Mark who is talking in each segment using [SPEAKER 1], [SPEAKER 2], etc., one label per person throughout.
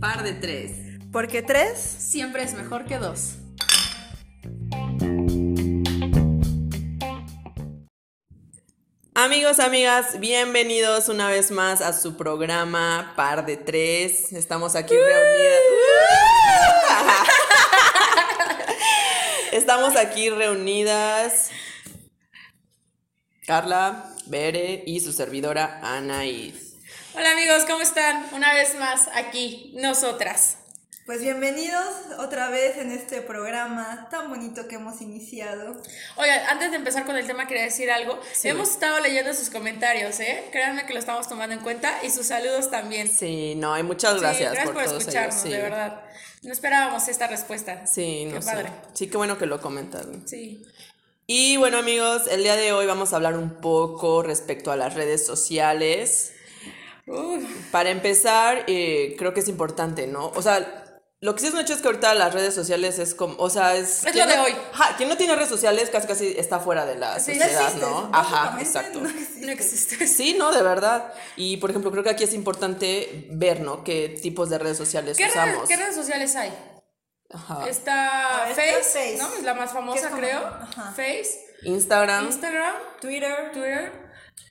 [SPEAKER 1] Par de tres.
[SPEAKER 2] Porque tres,
[SPEAKER 3] Siempre es mejor que dos.
[SPEAKER 1] Amigos, amigas, bienvenidos una vez más a su programa Par de Tres. Estamos aquí reunidas. Estamos aquí reunidas. Carla, Bere y su servidora Anaís.
[SPEAKER 3] Hola amigos, ¿cómo están? Una vez más aquí, nosotras.
[SPEAKER 2] pues bienvenidos otra vez en este programa tan bonito que hemos iniciado.
[SPEAKER 3] Oigan, antes de empezar con el tema quería decir algo. Hemos estado leyendo sus comentarios, ¿eh? Créanme que lo estamos tomando en cuenta y sus saludos también. Sí,
[SPEAKER 1] Sí, no, hay muchas gracias,
[SPEAKER 3] gracias por,
[SPEAKER 1] todos ellos,
[SPEAKER 3] escucharnos,
[SPEAKER 1] sí.
[SPEAKER 3] de verdad. No esperábamos esta respuesta.
[SPEAKER 1] Sí, no
[SPEAKER 3] Qué
[SPEAKER 1] sé.
[SPEAKER 3] padre.
[SPEAKER 1] Sí, qué bueno que lo comentaron.
[SPEAKER 3] Sí.
[SPEAKER 1] Y bueno amigos, el día de hoy vamos a hablar un poco respecto a las redes sociales.
[SPEAKER 3] Uf,
[SPEAKER 1] Para empezar, eh, creo que es importante, ¿no? O sea, lo que sí es un hecho es que ahorita las redes sociales es como, o sea, es...
[SPEAKER 3] Es
[SPEAKER 1] quien
[SPEAKER 3] lo de
[SPEAKER 1] no-
[SPEAKER 3] hoy.
[SPEAKER 1] Ajá, quien no tiene redes sociales casi casi está fuera de la
[SPEAKER 3] Sí, ya
[SPEAKER 2] Ya
[SPEAKER 1] sociedad,
[SPEAKER 2] existe,
[SPEAKER 1] ¿no? Ajá,
[SPEAKER 2] básicamente
[SPEAKER 1] exacto.
[SPEAKER 2] No existe.
[SPEAKER 3] no existe.
[SPEAKER 1] Sí, no, de verdad. Y por ejemplo, creo que aquí es importante ver, ¿no? Qué tipos de redes sociales
[SPEAKER 3] ¿Qué, redes-
[SPEAKER 1] usamos.
[SPEAKER 3] qué redes sociales hay?
[SPEAKER 1] Ajá.
[SPEAKER 3] Está
[SPEAKER 2] Ah, está
[SPEAKER 3] Face,
[SPEAKER 2] Face.
[SPEAKER 3] ¿no? Es la más
[SPEAKER 2] Que
[SPEAKER 3] famosa,
[SPEAKER 2] es como-
[SPEAKER 3] creo.
[SPEAKER 2] ajá.
[SPEAKER 3] Face,
[SPEAKER 1] Instagram,
[SPEAKER 3] Instagram,
[SPEAKER 2] Twitter,
[SPEAKER 3] Twitter,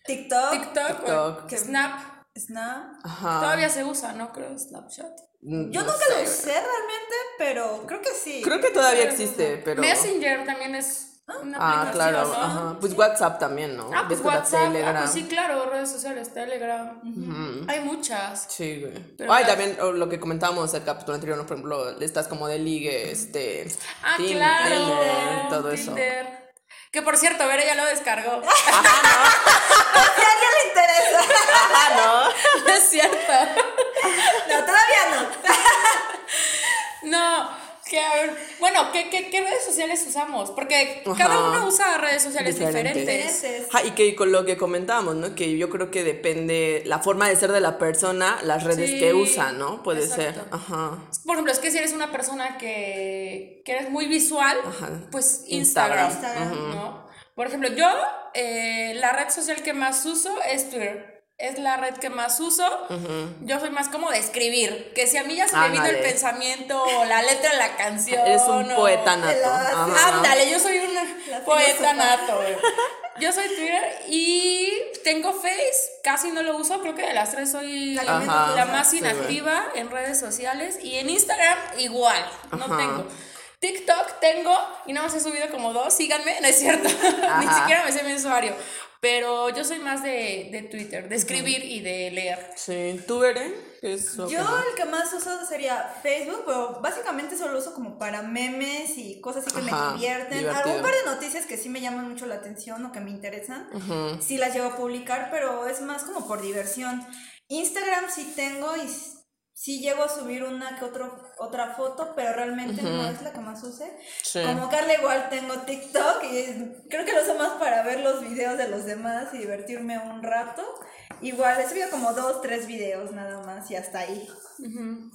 [SPEAKER 2] TikTok,
[SPEAKER 3] TikTok,
[SPEAKER 1] TikTok. Ah.
[SPEAKER 3] bueno, Snap.
[SPEAKER 2] Snap.
[SPEAKER 1] ajá.
[SPEAKER 3] Todavía se usa, ¿no? Creo Snapchat.
[SPEAKER 1] Mm,
[SPEAKER 2] Yo
[SPEAKER 1] no
[SPEAKER 2] nunca lo
[SPEAKER 1] sé.
[SPEAKER 2] usé realmente, pero creo que sí.
[SPEAKER 1] Creo que todavía existe, pero...
[SPEAKER 3] Messenger también es una
[SPEAKER 1] Ah,
[SPEAKER 3] aplicación,
[SPEAKER 1] claro,
[SPEAKER 3] ¿no?
[SPEAKER 1] ajá. Pues WhatsApp también, ¿no?
[SPEAKER 3] Ah, pues
[SPEAKER 1] Ves que la
[SPEAKER 3] WhatsApp. Ah,
[SPEAKER 1] Telegram.
[SPEAKER 3] pues sí, claro, redes sociales, Telegram.
[SPEAKER 1] Ujú.
[SPEAKER 3] Hay muchas.
[SPEAKER 1] Sí, güey.
[SPEAKER 3] Pero
[SPEAKER 1] Ay,
[SPEAKER 3] las-
[SPEAKER 1] también o, lo que comentábamos el capítulo anterior, ¿no? por ejemplo, estás como de ligue, este.
[SPEAKER 3] Ah,
[SPEAKER 1] Tin-
[SPEAKER 3] claro.
[SPEAKER 1] Tinder, todo eso.
[SPEAKER 3] Tinder. Que por cierto, Vera ya lo descargó.
[SPEAKER 2] Si a alguien le interesa.
[SPEAKER 1] Ah,
[SPEAKER 3] es cierto.
[SPEAKER 2] No, todavía no.
[SPEAKER 3] No. Que, a ver, bueno, ¿qué, qué, qué redes sociales usamos? Porque
[SPEAKER 1] Ajá.
[SPEAKER 3] cada uno usa redes sociales
[SPEAKER 1] Diferentes.
[SPEAKER 3] diferentes.
[SPEAKER 2] Intereses.
[SPEAKER 1] no. Ah, y que con lo que comentábamos, ¿no? Que yo creo que depende la forma de ser de la persona, las redes
[SPEAKER 3] Sí,
[SPEAKER 1] que usa, ¿no? Puede ser.
[SPEAKER 3] exacto.
[SPEAKER 1] Ajá.
[SPEAKER 3] Por ejemplo, es que si eres una persona que, que eres muy visual,
[SPEAKER 1] Ajá.
[SPEAKER 3] pues
[SPEAKER 1] Instagram.
[SPEAKER 3] Instagram,
[SPEAKER 2] Instagram.
[SPEAKER 3] ¿no? Por ejemplo, yo eh, la red social que más uso es Twitter. Es la red que más uso. Yo soy más como de escribir. Que si a mí ya se me vino el
[SPEAKER 1] Ándale.
[SPEAKER 3] pensamiento o la letra de la canción.
[SPEAKER 1] Eres un
[SPEAKER 3] o-
[SPEAKER 1] poeta nato.
[SPEAKER 2] la-
[SPEAKER 1] Ajá.
[SPEAKER 3] Ándale, yo soy un
[SPEAKER 2] La filósofa.
[SPEAKER 3] poeta nato. güey. Yo soy Twitter y tengo Face, casi no lo uso, creo que de las tres soy
[SPEAKER 2] La
[SPEAKER 3] la,
[SPEAKER 2] que menos Ajá. usas.
[SPEAKER 3] más
[SPEAKER 1] Sí, güey.
[SPEAKER 3] inactiva en redes sociales y en Instagram igual, no
[SPEAKER 1] Ajá.
[SPEAKER 3] tengo. TikTok tengo y nada más he subido como dos, síganme, no es cierto, ni
[SPEAKER 1] Ajá.
[SPEAKER 3] siquiera me sé mi usuario, pero yo soy más de, de Twitter, de escribir y de leer.
[SPEAKER 1] Sí. ¿Tú, Beren? ¿Qué es lo que
[SPEAKER 2] Yo
[SPEAKER 1] más?
[SPEAKER 2] el que más uso sería Facebook, pero básicamente solo lo uso como para memes y cosas así que
[SPEAKER 1] Ajá,
[SPEAKER 2] me divierten.
[SPEAKER 1] divertido.
[SPEAKER 2] Algún par de noticias que sí me llaman mucho la atención o que me interesan,
[SPEAKER 1] Ujú.
[SPEAKER 2] sí las llevo a publicar, pero es más como por diversión. Instagram sí tengo y s- sí llego a subir una que otro, otra foto, pero realmente no es la que más use.
[SPEAKER 1] Sí.
[SPEAKER 2] Como Carla igual tengo TikTok y es- creo que lo uso más para ver los videos de los demás y divertirme un rato. Igual he subido como dos, tres videos nada más y hasta ahí.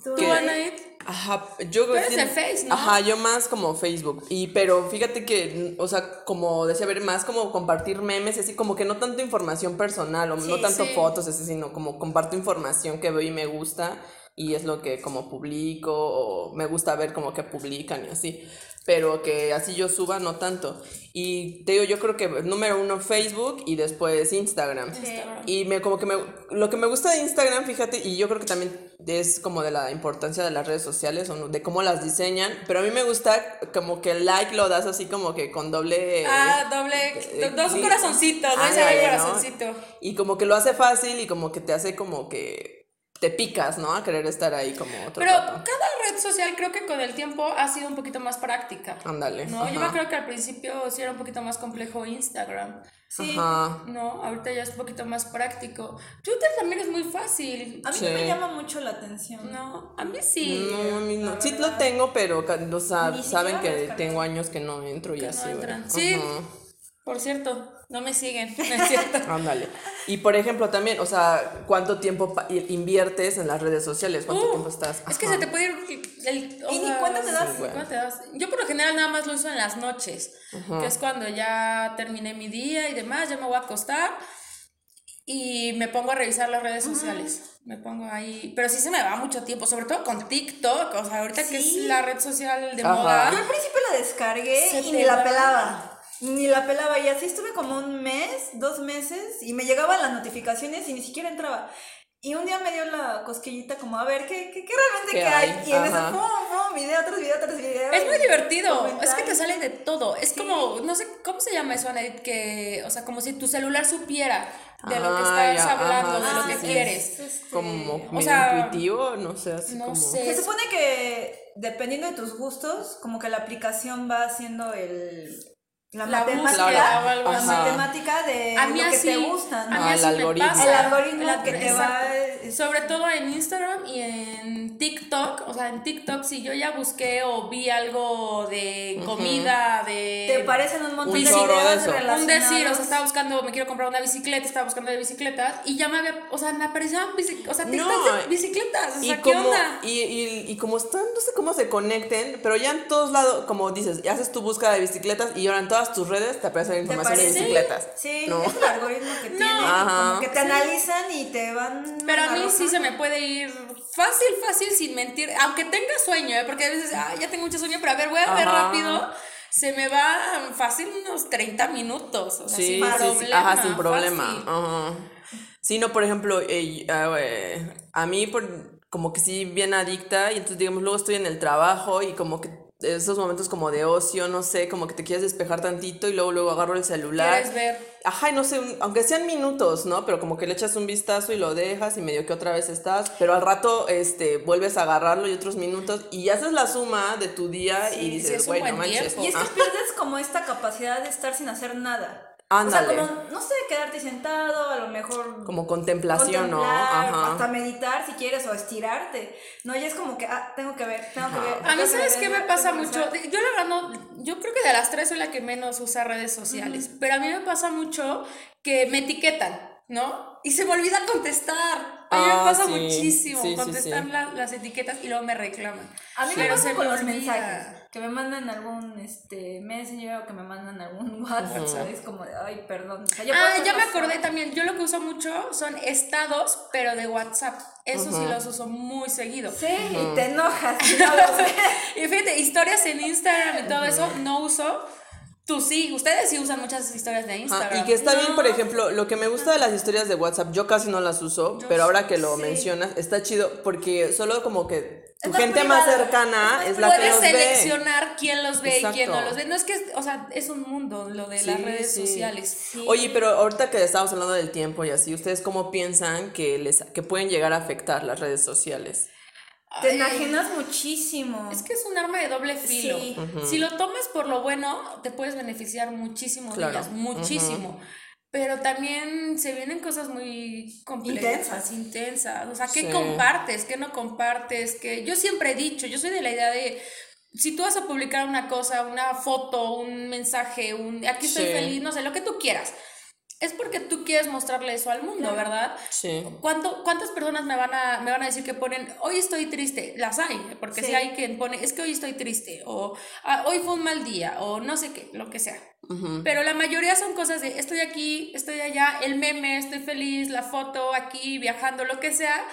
[SPEAKER 2] ¿Tú,
[SPEAKER 3] ¿Tú,
[SPEAKER 2] Anaí?
[SPEAKER 3] Anaid?
[SPEAKER 1] Ajá, yo creo
[SPEAKER 3] eres
[SPEAKER 1] que-
[SPEAKER 3] de Face, ¿no?
[SPEAKER 1] Ajá, yo más como Facebook. Y pero fíjate que, o sea, como decía ver, más como compartir memes, así como que no tanto información personal, o no
[SPEAKER 2] Sí,
[SPEAKER 1] tanto
[SPEAKER 3] sí.
[SPEAKER 1] fotos, así, sino como comparto información que veo y me gusta, y es lo que como publico, o me gusta ver como que publican y así. Pero que así yo suba, no tanto. Y te digo, yo creo que número uno Facebook y después Instagram.
[SPEAKER 3] Instagram.
[SPEAKER 1] Y me como que me lo que me gusta de Instagram, fíjate, y yo creo que también es como de la importancia de las redes sociales o no, de cómo las diseñan, pero a mí me gusta como que el like lo das así como que con doble
[SPEAKER 3] Ah, doble,
[SPEAKER 1] eh,
[SPEAKER 3] dos
[SPEAKER 1] sí. Ah,
[SPEAKER 3] corazoncitos, doy ese
[SPEAKER 1] Ándale, ¿no?
[SPEAKER 3] corazoncito.
[SPEAKER 1] y como que lo hace fácil y como que te hace como que te picas, ¿no? A querer estar ahí como otro
[SPEAKER 3] Pero
[SPEAKER 1] rato.
[SPEAKER 3] cada red social creo que con el tiempo ha sido un poquito más práctica.
[SPEAKER 1] Ándale.
[SPEAKER 3] No, yo
[SPEAKER 1] ajá,
[SPEAKER 3] me creo que al principio sí era un poquito más complejo Instagram.
[SPEAKER 2] Sí.
[SPEAKER 1] Ajá.
[SPEAKER 3] No, ahorita ya es un poquito más práctico. Twitter también es muy fácil.
[SPEAKER 2] A mí
[SPEAKER 1] Sí.
[SPEAKER 2] no me llama mucho la atención.
[SPEAKER 3] No, a mí sí.
[SPEAKER 1] No, a mí no.
[SPEAKER 2] la
[SPEAKER 1] Sí lo
[SPEAKER 2] verdad.
[SPEAKER 1] tengo, pero ca- o sea,
[SPEAKER 2] Ni siquiera
[SPEAKER 1] saben
[SPEAKER 2] lo
[SPEAKER 1] que
[SPEAKER 2] descargo.
[SPEAKER 1] tengo años que no entro y
[SPEAKER 3] Que no
[SPEAKER 1] así. güey.
[SPEAKER 3] entran. Sí.
[SPEAKER 1] Ajá.
[SPEAKER 3] Por cierto, no me siguen. No es cierto.
[SPEAKER 1] Ándale. Y por ejemplo, también, o sea, ¿cuánto tiempo pa- inviertes en las redes sociales? ¿Cuánto
[SPEAKER 3] Uh,
[SPEAKER 1] tiempo estás?
[SPEAKER 3] Es que
[SPEAKER 1] Ajá.
[SPEAKER 3] se te puede ir el,
[SPEAKER 2] ¿Y ni cuenta te das?
[SPEAKER 3] sí, cuenta te das. Yo por lo general nada más lo uso en las noches, que es cuando ya terminé mi día y demás, ya me voy a acostar. y me pongo a revisar las redes sociales. Me pongo ahí. Pero sí se me va mucho tiempo, sobre todo con TikTok. O sea, ahorita que es
[SPEAKER 2] Sí.
[SPEAKER 3] la red social de
[SPEAKER 1] Ajá.
[SPEAKER 3] moda.
[SPEAKER 2] Yo al principio la descargué
[SPEAKER 3] Se
[SPEAKER 2] y
[SPEAKER 3] te
[SPEAKER 2] ni la
[SPEAKER 3] va.
[SPEAKER 2] pelaba. Ni la pelaba. Y así estuve como un mes, dos meses, y me llegaban las notificaciones y ni siquiera entraba. Y un día me dio la cosquillita como, a ver, ¿qué, qué, qué realmente
[SPEAKER 1] ¿Qué
[SPEAKER 2] qué hay?
[SPEAKER 1] hay?
[SPEAKER 2] Y en eso,
[SPEAKER 1] Ajá.
[SPEAKER 2] pum, pum, video tras video tras video.
[SPEAKER 3] Es muy divertido,
[SPEAKER 2] Comentarios.
[SPEAKER 3] es que te sale de todo. Es como, no sé, ¿cómo se llama eso, Anette? Que, o sea, como si tu celular supiera de lo que
[SPEAKER 1] Ah,
[SPEAKER 3] estás
[SPEAKER 1] ya,
[SPEAKER 3] hablando,
[SPEAKER 1] ajá,
[SPEAKER 3] de lo
[SPEAKER 1] sí,
[SPEAKER 3] que
[SPEAKER 1] sí.
[SPEAKER 3] quieres.
[SPEAKER 2] Este,
[SPEAKER 1] Como medio
[SPEAKER 3] sea,
[SPEAKER 1] intuitivo, no sé, así
[SPEAKER 3] no
[SPEAKER 1] como.
[SPEAKER 3] sé.
[SPEAKER 2] Se supone que dependiendo de tus gustos, como que la aplicación va haciendo el... La,
[SPEAKER 3] La
[SPEAKER 2] matemática,
[SPEAKER 1] búsqueda o algo
[SPEAKER 2] la
[SPEAKER 1] así.
[SPEAKER 2] matemática de
[SPEAKER 3] A mí
[SPEAKER 2] lo que
[SPEAKER 3] así,
[SPEAKER 2] te gusta, ¿no?
[SPEAKER 3] a mí
[SPEAKER 1] Ah,
[SPEAKER 3] así
[SPEAKER 1] el
[SPEAKER 3] me
[SPEAKER 1] algoritmo.
[SPEAKER 3] pasa.
[SPEAKER 2] El algoritmo
[SPEAKER 3] El
[SPEAKER 2] que te
[SPEAKER 3] exacto.
[SPEAKER 2] va... es-
[SPEAKER 3] Sobre todo en Instagram y en TikTok, o sea, en TikTok si yo ya busqué o vi algo de comida, de...
[SPEAKER 2] Te parecen un montón
[SPEAKER 1] Un
[SPEAKER 2] de
[SPEAKER 1] chorro de
[SPEAKER 2] videos
[SPEAKER 1] eso.
[SPEAKER 2] relacionados.
[SPEAKER 3] Eh, Un decir, o sea, estaba buscando, me quiero comprar una bicicleta, estaba buscando de bicicletas y ya me había, o sea, me aparecían bici- o sea,
[SPEAKER 1] No,
[SPEAKER 3] TikToks de bicicletas, o
[SPEAKER 1] Y
[SPEAKER 3] sea, ¿qué
[SPEAKER 1] como,
[SPEAKER 3] onda?
[SPEAKER 1] y, y, y como están, no sé cómo se conecten, pero ya en todos lados, como dices, ya haces tu búsqueda de bicicletas y ahora en todas tus redes te aparece la
[SPEAKER 2] ¿Te
[SPEAKER 1] información de
[SPEAKER 2] parece?
[SPEAKER 1] bicicletas.
[SPEAKER 2] Sí,
[SPEAKER 1] ¿no?
[SPEAKER 2] es el algoritmo que tiene,
[SPEAKER 1] Ajá.
[SPEAKER 2] como que te analizan y te van...
[SPEAKER 3] Pero a mí sí
[SPEAKER 2] arrojando.
[SPEAKER 3] se me puede ir fácil, fácil, sin mentir. Aunque tenga sueño, ¿eh? porque a veces, ah, ya tengo mucho sueño, pero a ver, voy a ver
[SPEAKER 1] Ajá.
[SPEAKER 3] rápido. Se me va fácil unos 30 minutos. O sea,
[SPEAKER 1] Sí,
[SPEAKER 3] sin
[SPEAKER 1] sí, sí,
[SPEAKER 3] problema.
[SPEAKER 1] ajá, sin problema. Ah,
[SPEAKER 3] fácil.
[SPEAKER 1] Ajá. Sí, no, por ejemplo, eh, ah, eh, a mí por, como que sí, bien adicta, y entonces, digamos, luego estoy en el trabajo y como que esos momentos como de ocio, no sé, como que te quieres despejar tantito y luego luego agarro el celular.
[SPEAKER 3] Quieres ver.
[SPEAKER 1] Ajá, y no sé, un- aunque sean minutos, ¿no? Pero como que le echas un vistazo y lo dejas y medio que otra vez estás, pero al rato este vuelves a agarrarlo y otros minutos y haces la suma de tu día
[SPEAKER 3] Sí,
[SPEAKER 1] y
[SPEAKER 3] sí,
[SPEAKER 1] dices,
[SPEAKER 3] es un
[SPEAKER 1] güey, no
[SPEAKER 3] buen
[SPEAKER 1] manches.
[SPEAKER 3] tiempo.
[SPEAKER 2] Y es que
[SPEAKER 1] ah,
[SPEAKER 2] pierdes como esta capacidad de estar sin hacer nada. O
[SPEAKER 1] Ándale.
[SPEAKER 2] sea, como, no sé, quedarte sentado, a lo mejor...
[SPEAKER 1] como contemplación, ¿no?
[SPEAKER 2] contemplar,
[SPEAKER 1] Ajá.
[SPEAKER 2] Hasta meditar si quieres o estirarte. No, y es como que, ah, tengo que ver, tengo que
[SPEAKER 1] Ajá.
[SPEAKER 2] ver.
[SPEAKER 3] A
[SPEAKER 2] tengo
[SPEAKER 3] mí,
[SPEAKER 2] que
[SPEAKER 3] ¿sabes
[SPEAKER 2] ver,
[SPEAKER 3] qué me
[SPEAKER 2] tengo que
[SPEAKER 3] pasa
[SPEAKER 2] ver.
[SPEAKER 3] mucho? De- Yo, la verdad, no. Yo creo que de las tres soy la que menos usa redes sociales. Pero a mí me pasa mucho que me etiquetan, ¿no? Y se me olvida contestar. A mí
[SPEAKER 1] Ah,
[SPEAKER 3] me pasa
[SPEAKER 1] sí,
[SPEAKER 3] muchísimo
[SPEAKER 1] sí, sí, sí.
[SPEAKER 3] contestar la- las etiquetas y luego me reclaman.
[SPEAKER 2] A mí me
[SPEAKER 3] Pero
[SPEAKER 2] pasa
[SPEAKER 3] se
[SPEAKER 2] con los
[SPEAKER 3] olvida.
[SPEAKER 2] mensajes. Que me mandan algún este, messenger o que me mandan algún WhatsApp. Es como de, ay, perdón. O sea, yo puedo
[SPEAKER 3] Ah,
[SPEAKER 2] hacer
[SPEAKER 3] ya me
[SPEAKER 2] los-
[SPEAKER 3] acordé también. Yo lo que uso mucho son estados, pero de WhatsApp. Eso sí los uso muy seguido.
[SPEAKER 2] Sí, y te enojas. y no lo ves.
[SPEAKER 3] Y fíjate, historias en Instagram y todo eso no uso. Tú sí, ustedes sí usan muchas historias de
[SPEAKER 1] Ajá,
[SPEAKER 3] Instagram.
[SPEAKER 1] y que está bien, por
[SPEAKER 3] No.
[SPEAKER 1] ejemplo, lo que me gusta de las historias de WhatsApp, yo casi no las uso, pero ahora que lo mencionas, está chido porque solo como que tu
[SPEAKER 2] Es más
[SPEAKER 1] gente más
[SPEAKER 2] privado,
[SPEAKER 1] cercana
[SPEAKER 2] es
[SPEAKER 1] es
[SPEAKER 2] más
[SPEAKER 1] la que
[SPEAKER 3] Puedes
[SPEAKER 1] los ve.
[SPEAKER 3] seleccionar quién los ve y quién no
[SPEAKER 1] Exacto.
[SPEAKER 3] los ve. No es que, o sea, es un mundo lo de
[SPEAKER 1] Sí,
[SPEAKER 3] las redes
[SPEAKER 1] sí.
[SPEAKER 3] sociales.
[SPEAKER 1] Oye, pero ahorita que estamos hablando del tiempo y así, ¿ustedes cómo piensan que les que pueden llegar a afectar las redes sociales?
[SPEAKER 2] Te
[SPEAKER 3] Ay,
[SPEAKER 2] enajenas muchísimo.
[SPEAKER 3] Es que es un arma de doble filo.
[SPEAKER 2] Sí.
[SPEAKER 3] Si lo tomas por lo bueno, te puedes beneficiar muchísimo de
[SPEAKER 1] Claro.
[SPEAKER 3] ellas, muchísimo. Pero también se vienen cosas muy complejas, intensas.
[SPEAKER 2] Intensas.
[SPEAKER 3] intensas. O sea, ¿qué
[SPEAKER 1] Sí.
[SPEAKER 3] compartes? ¿Qué no compartes? que Yo siempre he dicho, yo soy de la idea de, si tú vas a publicar una cosa, una foto, un mensaje, un, aquí estoy
[SPEAKER 1] Sí.
[SPEAKER 3] feliz, no sé, lo que tú quieras, es porque tú quieres mostrarle eso al mundo,
[SPEAKER 2] Claro.
[SPEAKER 3] ¿verdad?
[SPEAKER 1] Sí.
[SPEAKER 3] ¿Cuánto, ¿Cuántas personas me van, a, me van a decir que ponen, hoy estoy triste? Las hay, ¿eh? porque si
[SPEAKER 2] Sí.
[SPEAKER 3] hay quien pone, es que hoy estoy triste, o "Ah, hoy fue un mal día, o no sé qué, lo que sea. Pero la mayoría son cosas de, estoy aquí, estoy allá, el meme, estoy feliz, la foto, aquí, viajando, lo que sea.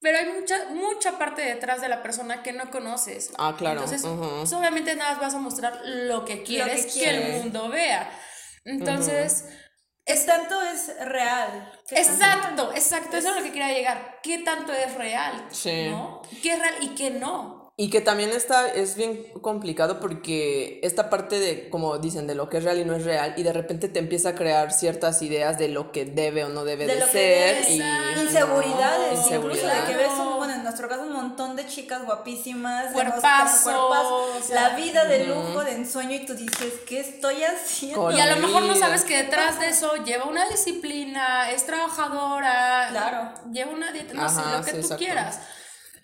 [SPEAKER 3] Pero hay mucha, mucha parte detrás de la persona que no conoces.
[SPEAKER 1] Ah, claro,
[SPEAKER 3] Entonces,
[SPEAKER 1] ujú.
[SPEAKER 3] solamente nada más vas a mostrar lo que quieres que, el
[SPEAKER 2] quieres.
[SPEAKER 3] mundo vea. Entonces,
[SPEAKER 2] Es tanto es real. que
[SPEAKER 3] Exacto, exacto, eso es lo que quería llegar. ¿Qué tanto es real?
[SPEAKER 1] Sí.
[SPEAKER 3] ¿no? ¿Qué es real y qué no?
[SPEAKER 1] Y que también está, es bien complicado porque esta parte de, como dicen, de lo que es real y no es real, y de repente te empieza a crear ciertas ideas de lo que debe o no debe de,
[SPEAKER 2] De lo que
[SPEAKER 1] ser.
[SPEAKER 2] debe
[SPEAKER 1] y,
[SPEAKER 3] ser.
[SPEAKER 2] Inseguridades,
[SPEAKER 1] No,
[SPEAKER 2] incluso de que
[SPEAKER 1] inseguridades.
[SPEAKER 2] ves, un, bueno, en nuestro caso, un montón de chicas guapísimas, de
[SPEAKER 3] Cuerpazos,
[SPEAKER 2] mostrar cuerpazos, la vida de
[SPEAKER 1] Ujú.
[SPEAKER 2] lujo, de ensueño, y tú dices, ¿qué estoy haciendo?
[SPEAKER 1] Con-
[SPEAKER 3] Y a lo
[SPEAKER 1] Colorido.
[SPEAKER 3] mejor no sabes que detrás de eso lleva una disciplina, es trabajadora,
[SPEAKER 2] Claro.
[SPEAKER 3] lleva una dieta, no sé,
[SPEAKER 1] Ajá,
[SPEAKER 3] lo que
[SPEAKER 1] sí,
[SPEAKER 3] tú
[SPEAKER 1] exacto.
[SPEAKER 3] quieras.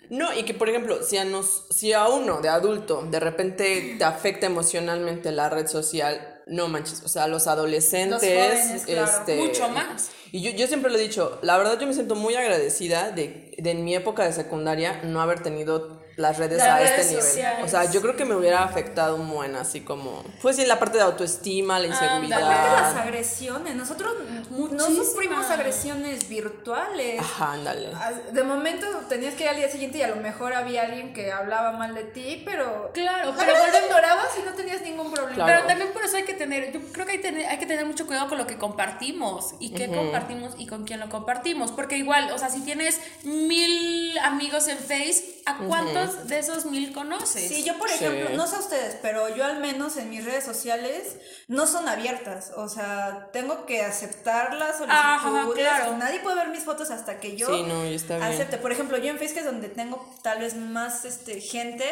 [SPEAKER 1] No, y que por ejemplo, si a, nos, si a uno de adulto de repente te afecta emocionalmente la red social, no manches, o sea, los adolescentes,
[SPEAKER 2] jóvenes, claro,
[SPEAKER 1] este,
[SPEAKER 3] mucho más.
[SPEAKER 1] Y yo, yo siempre lo he dicho, la verdad yo me siento muy agradecida de, de en mi época de secundaria no haber tenido las redes
[SPEAKER 3] Las
[SPEAKER 1] a
[SPEAKER 3] redes
[SPEAKER 1] este nivel.
[SPEAKER 3] sociales.
[SPEAKER 1] O sea, yo creo que me hubiera afectado un buen, así como, pues sí, la parte de autoestima, la
[SPEAKER 2] Aparte las
[SPEAKER 1] inseguridad.
[SPEAKER 2] agresiones, nosotros no
[SPEAKER 3] Muchísimas.
[SPEAKER 2] sufrimos agresiones virtuales.
[SPEAKER 1] Ajá, ándale.
[SPEAKER 2] As- De momento tenías que ir al día siguiente y a lo mejor había alguien que hablaba mal de ti, pero...
[SPEAKER 3] Claro,
[SPEAKER 2] La
[SPEAKER 3] pero
[SPEAKER 2] verdad te
[SPEAKER 3] volvemos-
[SPEAKER 2] ignorabas y no tenías ningún problema.
[SPEAKER 1] Claro.
[SPEAKER 3] Pero también por eso hay que tener, yo creo que hay, tener- hay que tener mucho cuidado con lo que compartimos y qué compartimos y con quién lo compartimos. Porque igual, o sea, si tienes mil amigos en Face, ¿a cuántos de esos mil conoces?
[SPEAKER 2] Sí, yo por
[SPEAKER 1] Sí.
[SPEAKER 2] ejemplo, no sé ustedes, pero yo al menos en mis redes sociales no son abiertas, o sea, tengo que aceptar las solicitudes,
[SPEAKER 3] Ajá, claro.
[SPEAKER 2] nadie puede ver mis fotos hasta que yo
[SPEAKER 1] Sí, no, y está bien.
[SPEAKER 2] acepte. Por ejemplo, yo en Facebook es donde tengo tal vez más este, gente,